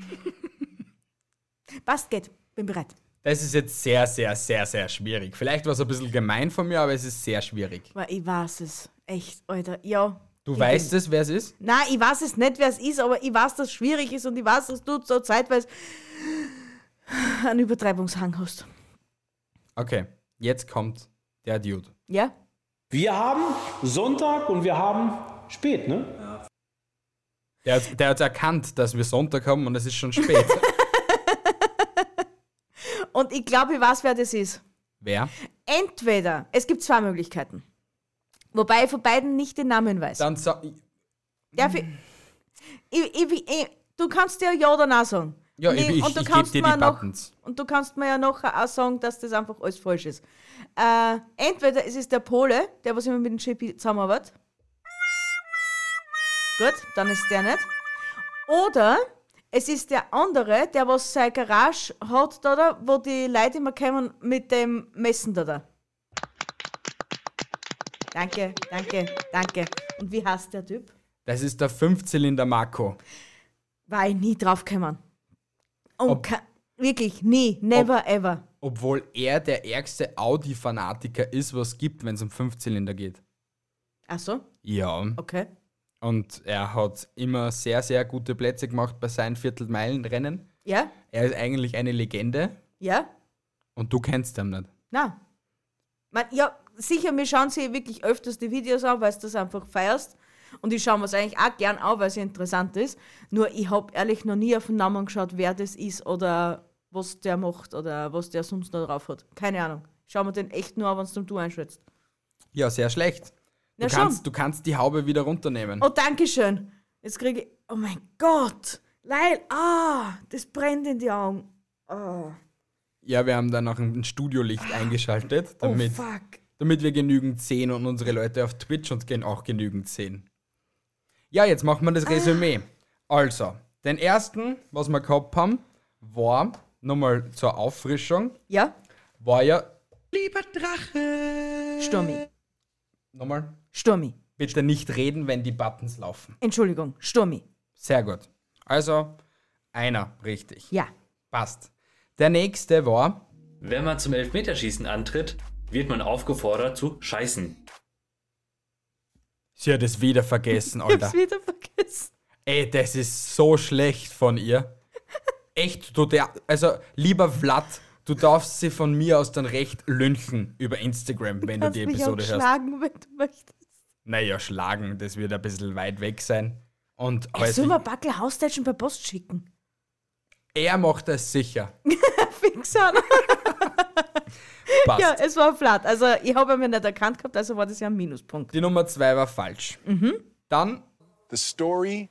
[SPEAKER 1] Passt, geht. Bin bereit.
[SPEAKER 2] Das ist jetzt sehr, sehr, sehr, sehr schwierig. Vielleicht war es ein bisschen gemein von mir, aber es ist sehr schwierig.
[SPEAKER 1] Weil ich weiß es. Echt, Alter. Ja.
[SPEAKER 2] Du
[SPEAKER 1] Ich
[SPEAKER 2] weißt
[SPEAKER 1] bin-
[SPEAKER 2] es, wer es ist?
[SPEAKER 1] Nein, ich weiß es nicht, wer es ist, aber ich weiß, dass es schwierig ist und ich weiß, dass du so zeitweise einen Übertreibungshang hast.
[SPEAKER 2] Okay, jetzt kommt der Dude.
[SPEAKER 1] Ja?
[SPEAKER 12] Wir haben Sonntag und wir haben spät, ne?
[SPEAKER 2] Der hat, der hat erkannt, dass wir Sonntag haben und es ist schon
[SPEAKER 1] (laughs)
[SPEAKER 2] spät.
[SPEAKER 1] Und ich glaube, ich weiß, wer das ist.
[SPEAKER 2] wer?
[SPEAKER 1] Entweder, es gibt zwei Möglichkeiten. Wobei ich von beiden nicht den Namen weiß.
[SPEAKER 2] Dann sa-
[SPEAKER 1] Darf ich, ich, ich, ich, du kannst dir ja oder nein sagen.
[SPEAKER 2] Ja,
[SPEAKER 1] Und
[SPEAKER 2] ich, ich,
[SPEAKER 1] und du
[SPEAKER 2] ich gebe
[SPEAKER 1] kannst
[SPEAKER 2] dir
[SPEAKER 1] mir
[SPEAKER 2] die
[SPEAKER 1] noch,
[SPEAKER 2] Buttons.
[SPEAKER 1] Und du kannst mir ja nachher auch sagen, dass das einfach alles falsch ist. Äh, entweder es ist der Pole, der was immer mit dem JP zusammenarbeitet. Gut, dann ist der nicht. Oder es ist der andere, der was seine Garage hat, da, da, wo die Leute immer kommen mit dem Messen da. da. Danke, danke, danke. Und wie heißt der Typ?
[SPEAKER 2] Das ist der Fünfzylinder Marco.
[SPEAKER 1] War ich nie drauf gekommen. Und ke- wirklich, nie, never ever.
[SPEAKER 2] Obwohl er der ärgste Audi-Fanatiker ist, was gibt, wenn es um Fünfzylinder geht.
[SPEAKER 1] Ach so,
[SPEAKER 2] Ja.
[SPEAKER 1] okay.
[SPEAKER 2] Und er hat immer sehr, sehr gute Plätze gemacht bei seinen Viertelmeilenrennen.
[SPEAKER 1] Ja,
[SPEAKER 2] Er ist eigentlich eine Legende
[SPEAKER 1] ja,
[SPEAKER 2] und du kennst ihn nicht.
[SPEAKER 1] na. Man, ja, sicher, wir schauen sie wirklich öfters die Videos an, weil du das einfach feierst. Und ich schaue mir es eigentlich auch gern an, weil es ja interessant ist. Nur ich habe ehrlich noch nie auf den Namen geschaut, wer das ist oder was der macht oder was der sonst noch drauf hat. Keine Ahnung. Schau mir den echt nur an, wenn es du einschätzt.
[SPEAKER 2] Ja, sehr schlecht. Du
[SPEAKER 1] Na schon.
[SPEAKER 2] kannst, du kannst die Haube wieder runternehmen.
[SPEAKER 1] Oh, danke schön. Jetzt kriege ich. Oh mein Gott! Leil, ah, das brennt in die Augen. Oh,
[SPEAKER 2] Ja, wir haben dann noch ein Studiolicht eingeschaltet, damit,
[SPEAKER 1] Ah. Oh, fuck.
[SPEAKER 2] damit wir genügend sehen und unsere Leute auf Twitch uns gen- auch genügend sehen. Ja, jetzt machen wir
[SPEAKER 1] Ah.
[SPEAKER 2] das Resümee. Also, den ersten, was wir gehabt haben, war, nochmal zur Auffrischung,
[SPEAKER 1] Ja?
[SPEAKER 2] war ja
[SPEAKER 3] Lieber Drache.
[SPEAKER 1] Sturmi.
[SPEAKER 2] Nochmal?
[SPEAKER 1] Sturmi.
[SPEAKER 2] Bitte nicht reden, wenn die Buttons laufen.
[SPEAKER 1] Entschuldigung, Sturmi.
[SPEAKER 2] Sehr gut. Also, einer richtig.
[SPEAKER 1] Ja.
[SPEAKER 2] Passt. Der nächste war.
[SPEAKER 4] Wenn man zum Elfmeterschießen antritt, wird man aufgefordert zu scheißen.
[SPEAKER 2] Sie hat es wieder vergessen,
[SPEAKER 1] (laughs) Ich
[SPEAKER 2] Alter.
[SPEAKER 1] hab's wieder vergessen.
[SPEAKER 2] Ey, das ist so schlecht von ihr. Echt, du der. Also, lieber Vlad, du darfst sie von mir aus dann recht lynchen über Instagram, wenn du die Episode
[SPEAKER 1] mich auch
[SPEAKER 2] hörst.
[SPEAKER 1] schlagen, wenn du möchtest.
[SPEAKER 2] Naja, schlagen, das wird ein bisschen weit weg sein. Und
[SPEAKER 1] Ey, soll
[SPEAKER 2] häuslich,
[SPEAKER 1] man Backel Haustätschen per Post schicken?
[SPEAKER 2] er macht das sicher.
[SPEAKER 1] Fix an.
[SPEAKER 2] Passt.
[SPEAKER 1] (laughs) ja, es war flat. Also, ich habe ihn mir nicht erkannt gehabt, also war das ja ein Minuspunkt.
[SPEAKER 2] Die Nummer zwei war falsch.
[SPEAKER 1] Mhm.
[SPEAKER 2] Dann.
[SPEAKER 5] The story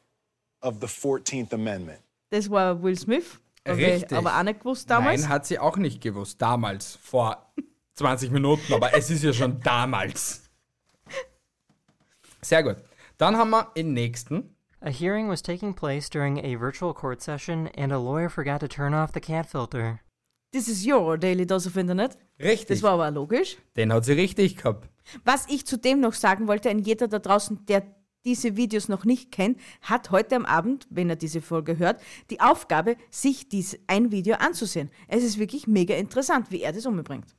[SPEAKER 5] of the 14th Amendment.
[SPEAKER 1] Das war Will Smith. Hab ich
[SPEAKER 2] Richtig.
[SPEAKER 1] Aber auch nicht gewusst damals.
[SPEAKER 2] Nein, hat sie auch nicht gewusst. Damals, vor (laughs) 20 Minuten, aber es ist ja schon damals. Sehr gut. Dann haben wir den nächsten.
[SPEAKER 6] A hearing was taking place during a virtual court session, and a lawyer forgot to turn off the cat filter.
[SPEAKER 1] This is your daily dose of Internet.
[SPEAKER 2] Richtig.
[SPEAKER 1] Das war aber auch logisch.
[SPEAKER 2] Den hat sie richtig gehabt.
[SPEAKER 1] Was ich zudem noch sagen wollte, an jeder da draußen, der diese Videos noch nicht kennt, hat heute am Abend, wenn er diese Folge hört, die Aufgabe, sich dies, ein Video anzusehen. Es ist wirklich mega interessant, wie er das umbringt.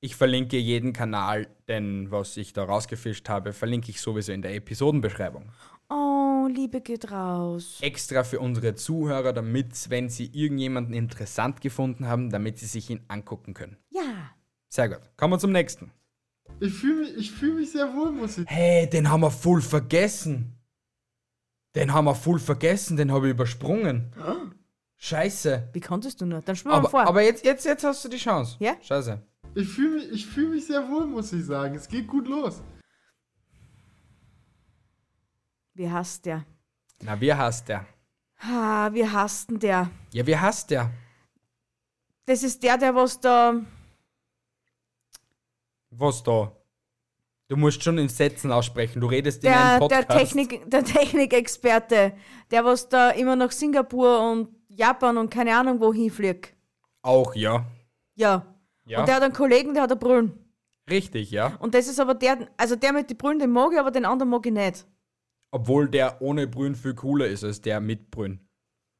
[SPEAKER 2] Ich verlinke jeden Kanal, denn was ich da rausgefischt habe, verlinke ich sowieso in der Episodenbeschreibung.
[SPEAKER 1] Oh, Liebe geht raus.
[SPEAKER 2] Extra für unsere Zuhörer, damit, wenn sie irgendjemanden interessant gefunden haben, damit sie sich ihn angucken können.
[SPEAKER 1] Ja.
[SPEAKER 2] Sehr gut. Kommen wir zum nächsten.
[SPEAKER 15] Ich fühle mich, ich fühl mich sehr wohl, muss ich
[SPEAKER 2] Hey, den haben wir voll vergessen. Den haben wir voll vergessen, den habe ich übersprungen. Scheiße.
[SPEAKER 1] Wie konntest du nur? Dann schwör mal
[SPEAKER 2] Aber,
[SPEAKER 1] vor.
[SPEAKER 2] aber jetzt, jetzt, jetzt hast du die Chance. Ja? Scheiße.
[SPEAKER 15] Ich fühle mich, ich fühl mich sehr wohl, muss ich sagen. Es geht gut los.
[SPEAKER 1] Wie hasst der?
[SPEAKER 2] Na, wie hasst der?
[SPEAKER 1] Ah, wie hasst denn der?
[SPEAKER 2] Ja, wie hasst der?
[SPEAKER 1] Das ist der, der was da.
[SPEAKER 2] Was da? Du musst schon in Sätzen aussprechen. Du redest in einem
[SPEAKER 1] Der, der,
[SPEAKER 2] Podcast.
[SPEAKER 1] Technik, der Technikexperte. Der was da immer nach Singapur und Japan und keine Ahnung wohin fliegt.
[SPEAKER 2] Auch, ja.
[SPEAKER 1] Ja.
[SPEAKER 2] Ja.
[SPEAKER 1] Und der hat einen Kollegen, der hat eine Brüllen.
[SPEAKER 2] Richtig, ja.
[SPEAKER 1] Und das ist aber der, also der mit den Brüllen, den mag ich, aber den anderen mag ich nicht.
[SPEAKER 2] Obwohl der ohne Brühen viel cooler ist als der mit Brühen.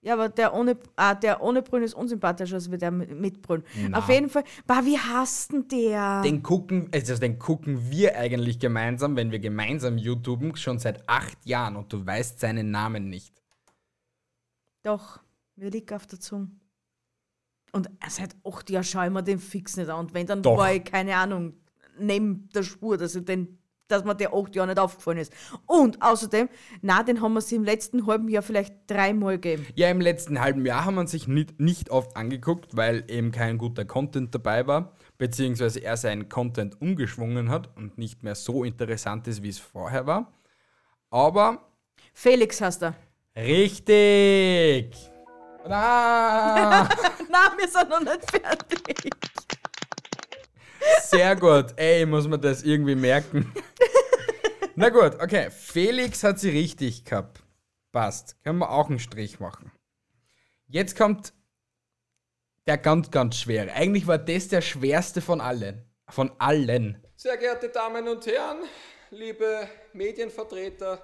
[SPEAKER 1] Ja, aber der ohne, ah, der ohne Brüllen ist unsympathischer als der mit mit Brüllen.
[SPEAKER 2] Na.
[SPEAKER 1] Auf jeden Fall, bah, wie hasst denn der?
[SPEAKER 2] Den gucken, also den gucken wir eigentlich gemeinsam, wenn wir gemeinsam YouTuben, schon seit acht Jahren und du weißt seinen Namen nicht.
[SPEAKER 1] Doch, mir liegt auf der Zunge. Und seit acht Jahren schaue ich mir den fix nicht an. Und wenn, dann
[SPEAKER 2] Doch.
[SPEAKER 1] war ich, keine Ahnung, neben der Spur, dass, ich den, dass mir der acht Jahre nicht aufgefallen ist. Und außerdem, na, den haben wir sie im letzten halben Jahr vielleicht dreimal gegeben.
[SPEAKER 2] Ja, im letzten halben Jahr haben wir uns sich nicht, nicht oft angeguckt, weil eben kein guter Content dabei war, beziehungsweise er seinen Content umgeschwungen hat und nicht mehr so interessant ist, wie es vorher war. Aber
[SPEAKER 1] Felix hast du.
[SPEAKER 2] richtig! Ah,
[SPEAKER 1] Nein, wir sind noch nicht fertig.
[SPEAKER 2] sehr gut. Ey, muss man das irgendwie merken. Na gut, okay. Felix hat sie richtig gehabt. Passt. Können wir auch einen Strich machen. Jetzt kommt der ganz, ganz schwere. Eigentlich war das der schwerste von allen. Von allen.
[SPEAKER 7] Sehr geehrte Damen und Herren, liebe Medienvertreter,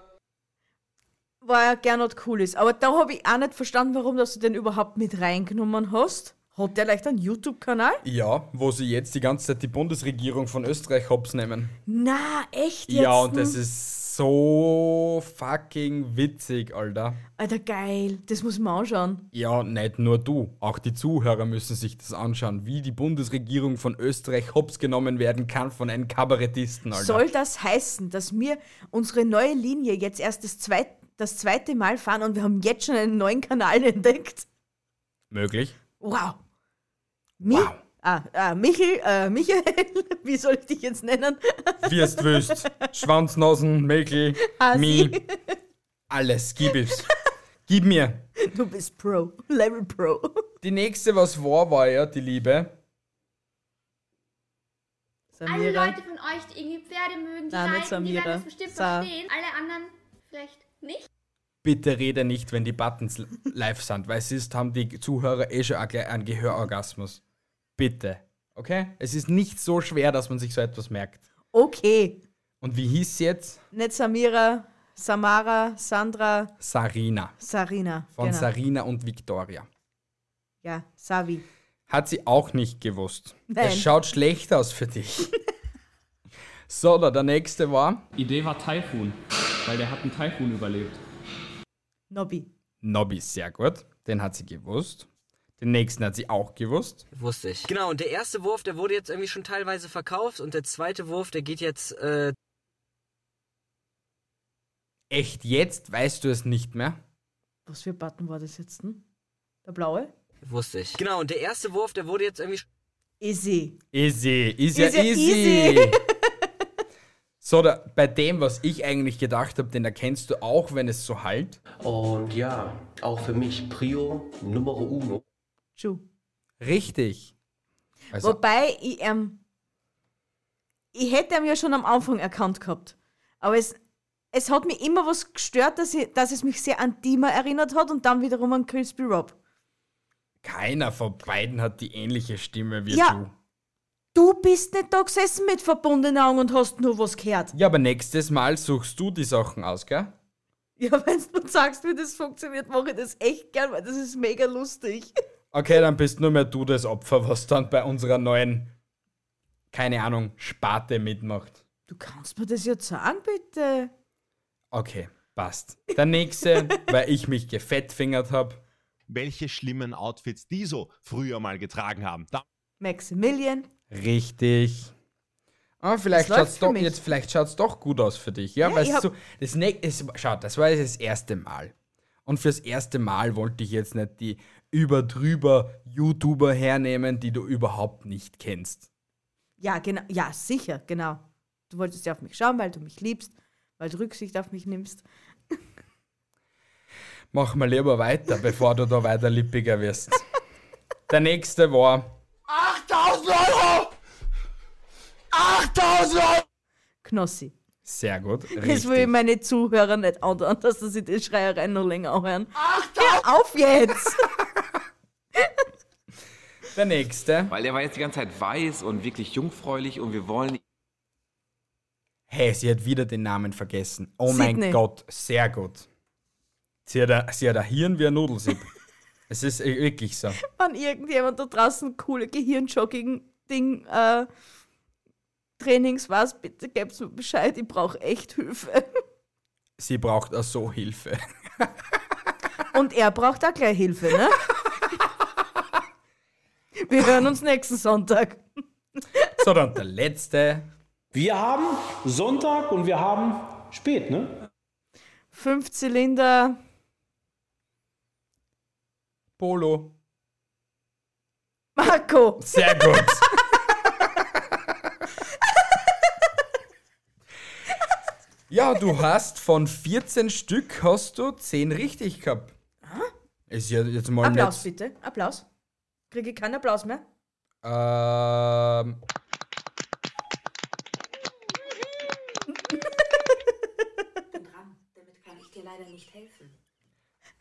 [SPEAKER 1] war ja Gernot Kulis. Aber da habe ich auch nicht verstanden, warum dass du den überhaupt mit reingenommen hast. Hat der leicht einen YouTube-Kanal?
[SPEAKER 2] Ja, wo sie jetzt die ganze Zeit die Bundesregierung von Österreich hops nehmen.
[SPEAKER 1] Na, echt jetzt?
[SPEAKER 2] Ja, und das ist so fucking witzig, Alter.
[SPEAKER 1] Alter, geil. Das muss man anschauen.
[SPEAKER 2] Ja, nicht nur du. Auch die Zuhörer müssen sich das anschauen, wie die Bundesregierung von Österreich hops genommen werden kann von einem Kabarettisten, Alter.
[SPEAKER 1] Soll das heißen, dass wir unsere neue Linie jetzt erst das zweite das zweite Mal fahren und wir haben jetzt schon einen neuen Kanal (laughs) entdeckt.
[SPEAKER 2] Möglich.
[SPEAKER 1] Wow. Mi wow. Ah, ah, Michel, äh, Michael, (laughs) wie soll ich dich jetzt nennen?
[SPEAKER 2] Wirst wüst, Schwanznasen, Mäkel,
[SPEAKER 1] Hasi.
[SPEAKER 2] Mi, alles, gib es. Gib mir.
[SPEAKER 1] Du bist Pro, Level Pro. (laughs)
[SPEAKER 2] Die nächste, was war, war ja die Liebe.
[SPEAKER 8] Alle Leute von euch, die irgendwie Pferde mögen, die
[SPEAKER 1] Nein, nicht
[SPEAKER 8] reiten, die werden
[SPEAKER 1] Samira.
[SPEAKER 8] das bestimmt
[SPEAKER 1] Sa-
[SPEAKER 8] verstehen. Alle anderen vielleicht nicht.
[SPEAKER 2] Bitte rede nicht, wenn die Buttons l- live sind, weil sonst haben die Zuhörer eh schon ein- gleich einen Gehörorgasmus. Bitte. Okay? Es ist nicht so schwer, dass man sich so etwas merkt.
[SPEAKER 1] Okay.
[SPEAKER 2] Und wie hieß sie jetzt?
[SPEAKER 1] Nicht Samira, Samara, Sandra,
[SPEAKER 2] Sarina.
[SPEAKER 1] Sarina.
[SPEAKER 2] Von
[SPEAKER 1] genau.
[SPEAKER 2] Sarina und Victoria.
[SPEAKER 1] Ja, Savi.
[SPEAKER 2] Hat sie auch nicht gewusst.
[SPEAKER 1] Nein.
[SPEAKER 2] Es schaut schlecht aus für
[SPEAKER 1] (laughs)
[SPEAKER 2] dich. so, na, der nächste war
[SPEAKER 9] Idee war Taifun, weil der hat einen Taifun überlebt.
[SPEAKER 1] Nobby.
[SPEAKER 2] Nobby, sehr gut. Den hat sie gewusst. Den nächsten hat sie auch gewusst.
[SPEAKER 10] Wusste ich. Genau, und der erste Wurf, der wurde jetzt irgendwie schon teilweise verkauft und der zweite Wurf, der geht jetzt, äh,
[SPEAKER 2] Echt jetzt weißt du es nicht mehr?
[SPEAKER 1] Was für Button war das jetzt denn? Der blaue?
[SPEAKER 10] wusste ich. Genau, und der erste Wurf, der wurde jetzt irgendwie...
[SPEAKER 1] Easy.
[SPEAKER 2] Easy, ist ja
[SPEAKER 1] Ist ja
[SPEAKER 2] easy.
[SPEAKER 1] easy.
[SPEAKER 2] (laughs) so, da, bei dem, was ich eigentlich gedacht habe, den erkennst du auch, wenn es so halt.
[SPEAKER 11] Und ja, auch für mich Prio Numero Uno.
[SPEAKER 1] Ju.
[SPEAKER 2] Richtig. Also,
[SPEAKER 1] Wobei, ich, ähm, ich hätte ihn ja schon am Anfang erkannt gehabt. Aber es, es hat mich immer was gestört, dass, ich, dass es mich sehr an Dima erinnert hat und dann wiederum an Crispy Rob.
[SPEAKER 2] keiner von beiden hat die ähnliche Stimme wie
[SPEAKER 1] Ja.
[SPEAKER 2] du.
[SPEAKER 1] Du bist nicht da gesessen mit verbundenen Augen und hast nur was gehört.
[SPEAKER 2] Ja, aber nächstes Mal suchst du die Sachen aus, gell?
[SPEAKER 1] Ja, wenn du mir sagst, wie das funktioniert, mache ich das echt gern, weil das ist mega lustig.
[SPEAKER 2] Okay, dann bist nur mehr du das Opfer, was dann bei unserer neuen, keine Ahnung, Sparte mitmacht.
[SPEAKER 1] Du kannst mir das jetzt sagen, bitte.
[SPEAKER 2] Okay, passt. Der
[SPEAKER 1] (laughs)
[SPEAKER 2] nächste, weil ich mich gefettfingert habe.
[SPEAKER 13] Welche schlimmen Outfits die so früher mal getragen haben. Da
[SPEAKER 1] Maximilian.
[SPEAKER 2] Richtig. Ah, vielleicht
[SPEAKER 1] Es läuft
[SPEAKER 2] schaut's
[SPEAKER 1] für
[SPEAKER 2] doch,
[SPEAKER 1] mich.
[SPEAKER 2] jetzt vielleicht schaut's doch gut aus für dich, ja?
[SPEAKER 1] Ja,
[SPEAKER 2] weil
[SPEAKER 1] ich
[SPEAKER 2] es
[SPEAKER 1] hab-
[SPEAKER 2] so, das nächste, es- schau, das war jetzt das erste Mal. Und fürs erste Mal wollte ich jetzt nicht die überdrüber YouTuber hernehmen, die du überhaupt nicht kennst.
[SPEAKER 1] Ja, genau. Ja, sicher, genau. Du wolltest ja auf mich schauen, weil du mich liebst, weil du Rücksicht auf mich nimmst.
[SPEAKER 2] Mach mal lieber weiter, bevor du da weiter lippiger
[SPEAKER 1] (laughs)
[SPEAKER 2] wirst. Der nächste war
[SPEAKER 3] 8000 Euro! 8000 Euro!
[SPEAKER 1] Knossi.
[SPEAKER 2] sehr gut.
[SPEAKER 1] Das will ich
[SPEAKER 2] Richtig.
[SPEAKER 1] meine Zuhörer nicht andauern, dass sie die Schreierei noch länger anhören. Hör auf jetzt! (laughs)
[SPEAKER 2] Der nächste.
[SPEAKER 14] Weil der war jetzt die ganze Zeit weiß und wirklich jungfräulich und wir wollen.
[SPEAKER 2] Hey, sie hat wieder den Namen vergessen. Oh
[SPEAKER 1] Sydney.
[SPEAKER 2] mein Gott, sehr gut. Sie hat, ein, sie hat ein Hirn wie ein
[SPEAKER 1] (laughs)
[SPEAKER 2] Nudelsieb. es ist eh wirklich so.
[SPEAKER 1] Wenn irgendjemand da draußen coole Gehirnjogging-Ding-Trainings was, bitte gebt mir Bescheid, ich brauche echt Hilfe.
[SPEAKER 2] Sie braucht auch so Hilfe.
[SPEAKER 1] Und er braucht auch gleich Hilfe, ne? Wir hören uns nächsten Sonntag.
[SPEAKER 2] So, dann der letzte.
[SPEAKER 12] Wir haben Sonntag und wir haben spät, ne?
[SPEAKER 1] Fünf Zylinder.
[SPEAKER 2] Polo.
[SPEAKER 1] Marco!
[SPEAKER 2] Sehr
[SPEAKER 1] (laughs)
[SPEAKER 2] gut. ja, du hast von 14 Stück hast du 10 richtig gehabt. Ist ja jetzt mal
[SPEAKER 1] Applaus
[SPEAKER 2] nicht.
[SPEAKER 1] bitte. Applaus. Kriege ich keinen Applaus mehr?
[SPEAKER 2] Ähm,
[SPEAKER 16] Dran, damit kann ich dir leider nicht helfen.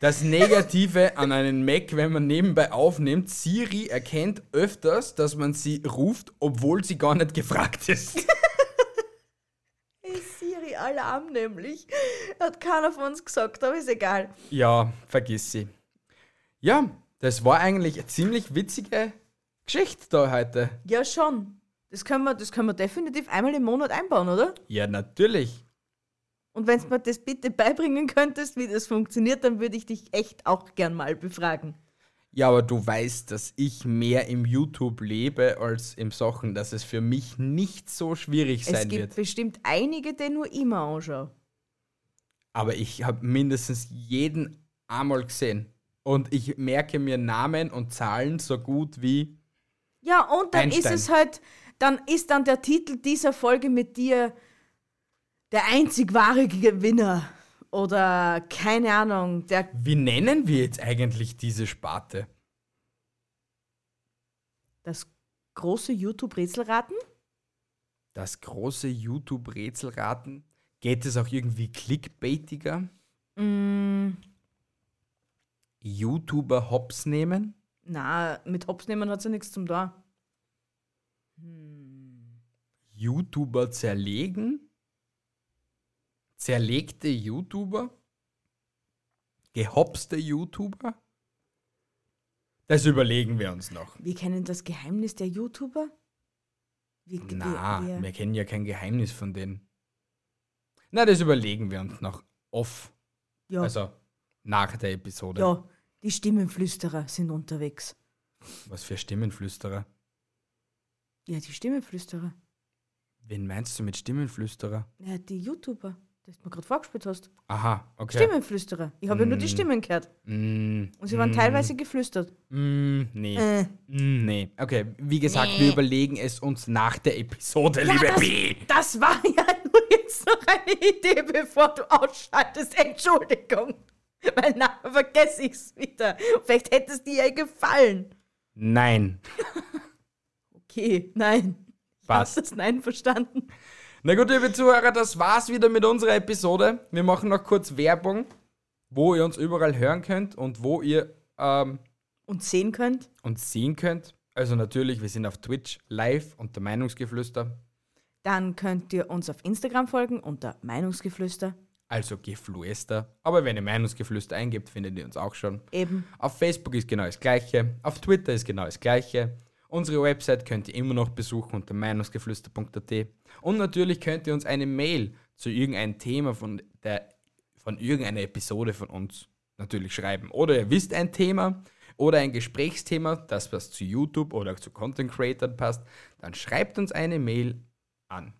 [SPEAKER 2] Das Negative an einem Mac, wenn man nebenbei aufnimmt, Siri erkennt öfters, dass man sie ruft, obwohl sie gar nicht gefragt ist.
[SPEAKER 1] Hey Siri, Alarm nämlich. Hat keiner von uns gesagt, aber ist egal.
[SPEAKER 2] (laughs) Ja, vergiss sie. Ja, das war eigentlich eine ziemlich witzige Geschichte da heute.
[SPEAKER 1] Ja, schon. Das können wir, das können wir definitiv einmal im Monat einbauen, oder?
[SPEAKER 2] Ja, natürlich.
[SPEAKER 1] Und wenn du mir das bitte beibringen könntest, wie das funktioniert, dann würde ich dich echt auch gern mal befragen.
[SPEAKER 2] Ja, aber du weißt, dass ich mehr im YouTube lebe als im Sachen, dass es für mich nicht so schwierig
[SPEAKER 1] Es
[SPEAKER 2] sein
[SPEAKER 1] gibt
[SPEAKER 2] wird.
[SPEAKER 1] bestimmt einige, die nur immer anschauen.
[SPEAKER 2] Aber ich habe mindestens jeden einmal gesehen. Und ich merke mir Namen und Zahlen so gut wie.
[SPEAKER 1] Ja, und dann
[SPEAKER 2] Einstein.
[SPEAKER 1] ist es halt, dann ist dann der Titel dieser Folge mit dir der einzig wahre Gewinner. Oder keine Ahnung, der
[SPEAKER 2] Wie nennen wir jetzt eigentlich diese Sparte?
[SPEAKER 1] das große YouTube-Rätselraten?
[SPEAKER 2] Das große YouTube-Rätselraten? Geht es auch irgendwie clickbaitiger?
[SPEAKER 1] Mm,
[SPEAKER 2] YouTuber Hops nehmen?
[SPEAKER 1] na, mit Hops nehmen hat ja nichts zum da.
[SPEAKER 2] YouTuber zerlegen? Zerlegte YouTuber? Gehopste YouTuber? Das überlegen wir uns noch.
[SPEAKER 1] Wir kennen das Geheimnis der YouTuber? Wir, wir-
[SPEAKER 2] Na,
[SPEAKER 1] wir-
[SPEAKER 2] wir kennen ja kein Geheimnis von denen. Na, das überlegen wir uns noch off.
[SPEAKER 1] Ja.
[SPEAKER 2] Also nach der Episode.
[SPEAKER 1] ja, die Stimmenflüsterer sind unterwegs.
[SPEAKER 2] Was für Stimmenflüsterer?
[SPEAKER 1] Ja, die Stimmenflüsterer.
[SPEAKER 2] Wen meinst du mit Stimmenflüsterer?
[SPEAKER 1] Ja, die YouTuber, das du mir gerade vorgespielt hast.
[SPEAKER 2] Aha, okay.
[SPEAKER 1] Stimmenflüsterer. Ich habe ja nur die
[SPEAKER 2] Mm.
[SPEAKER 1] Stimmen gehört.
[SPEAKER 2] Mm,
[SPEAKER 1] Und sie waren
[SPEAKER 2] mm,
[SPEAKER 1] teilweise geflüstert.
[SPEAKER 2] Mm, nee.
[SPEAKER 1] Äh.
[SPEAKER 2] Mm, nee. Okay, wie gesagt,
[SPEAKER 1] Nee.
[SPEAKER 2] wir überlegen es uns nach der Episode, liebe
[SPEAKER 1] das,
[SPEAKER 2] P.
[SPEAKER 1] das war (laughs) ja nur jetzt noch eine Idee, bevor du ausschaltest. Entschuldigung. Weil nachher vergesse ich es wieder. Vielleicht hätte es dir ja gefallen.
[SPEAKER 2] Nein.
[SPEAKER 1] Okay, nein.
[SPEAKER 2] Passt.
[SPEAKER 1] Hast das Nein verstanden?
[SPEAKER 2] Na gut, liebe Zuhörer, das war's wieder mit unserer Episode. Wir machen noch kurz Werbung, wo ihr uns überall hören könnt und wo ihr ähm,
[SPEAKER 1] Und sehen könnt.
[SPEAKER 2] uns sehen könnt. Also natürlich, wir sind auf Twitch live unter Meinungsgeflüster,
[SPEAKER 1] Dann könnt ihr uns auf Instagram folgen unter Meinungsgeflüster.
[SPEAKER 2] also Geflüster. Aber wenn ihr Meinungsgeflüster eingibt, findet ihr uns auch schon.
[SPEAKER 1] Eben.
[SPEAKER 2] Auf Facebook ist genau das Gleiche. Auf Twitter ist genau das Gleiche. Unsere Website könnt ihr immer noch besuchen unter meinungsgeflüster.at. Und natürlich könnt ihr uns eine Mail zu irgendeinem Thema von, der, von irgendeiner Episode von uns natürlich schreiben. Oder ihr wisst ein Thema oder ein Gesprächsthema, das was zu YouTube oder zu Content Creatern passt, dann schreibt uns eine Mail an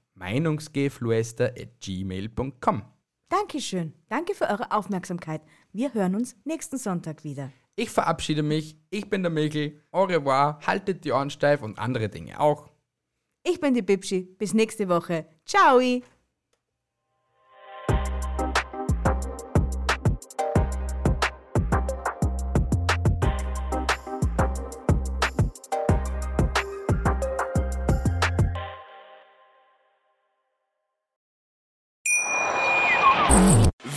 [SPEAKER 2] meinungsgeflüster.gmail.com.
[SPEAKER 1] Dankeschön. Danke für eure Aufmerksamkeit. Wir hören uns nächsten Sonntag wieder.
[SPEAKER 2] Ich verabschiede mich. Ich bin der Mikl. Au revoir. Haltet die Ohren steif und andere Dinge auch.
[SPEAKER 1] Ich bin die Bibschi. Bis nächste Woche. Ciao.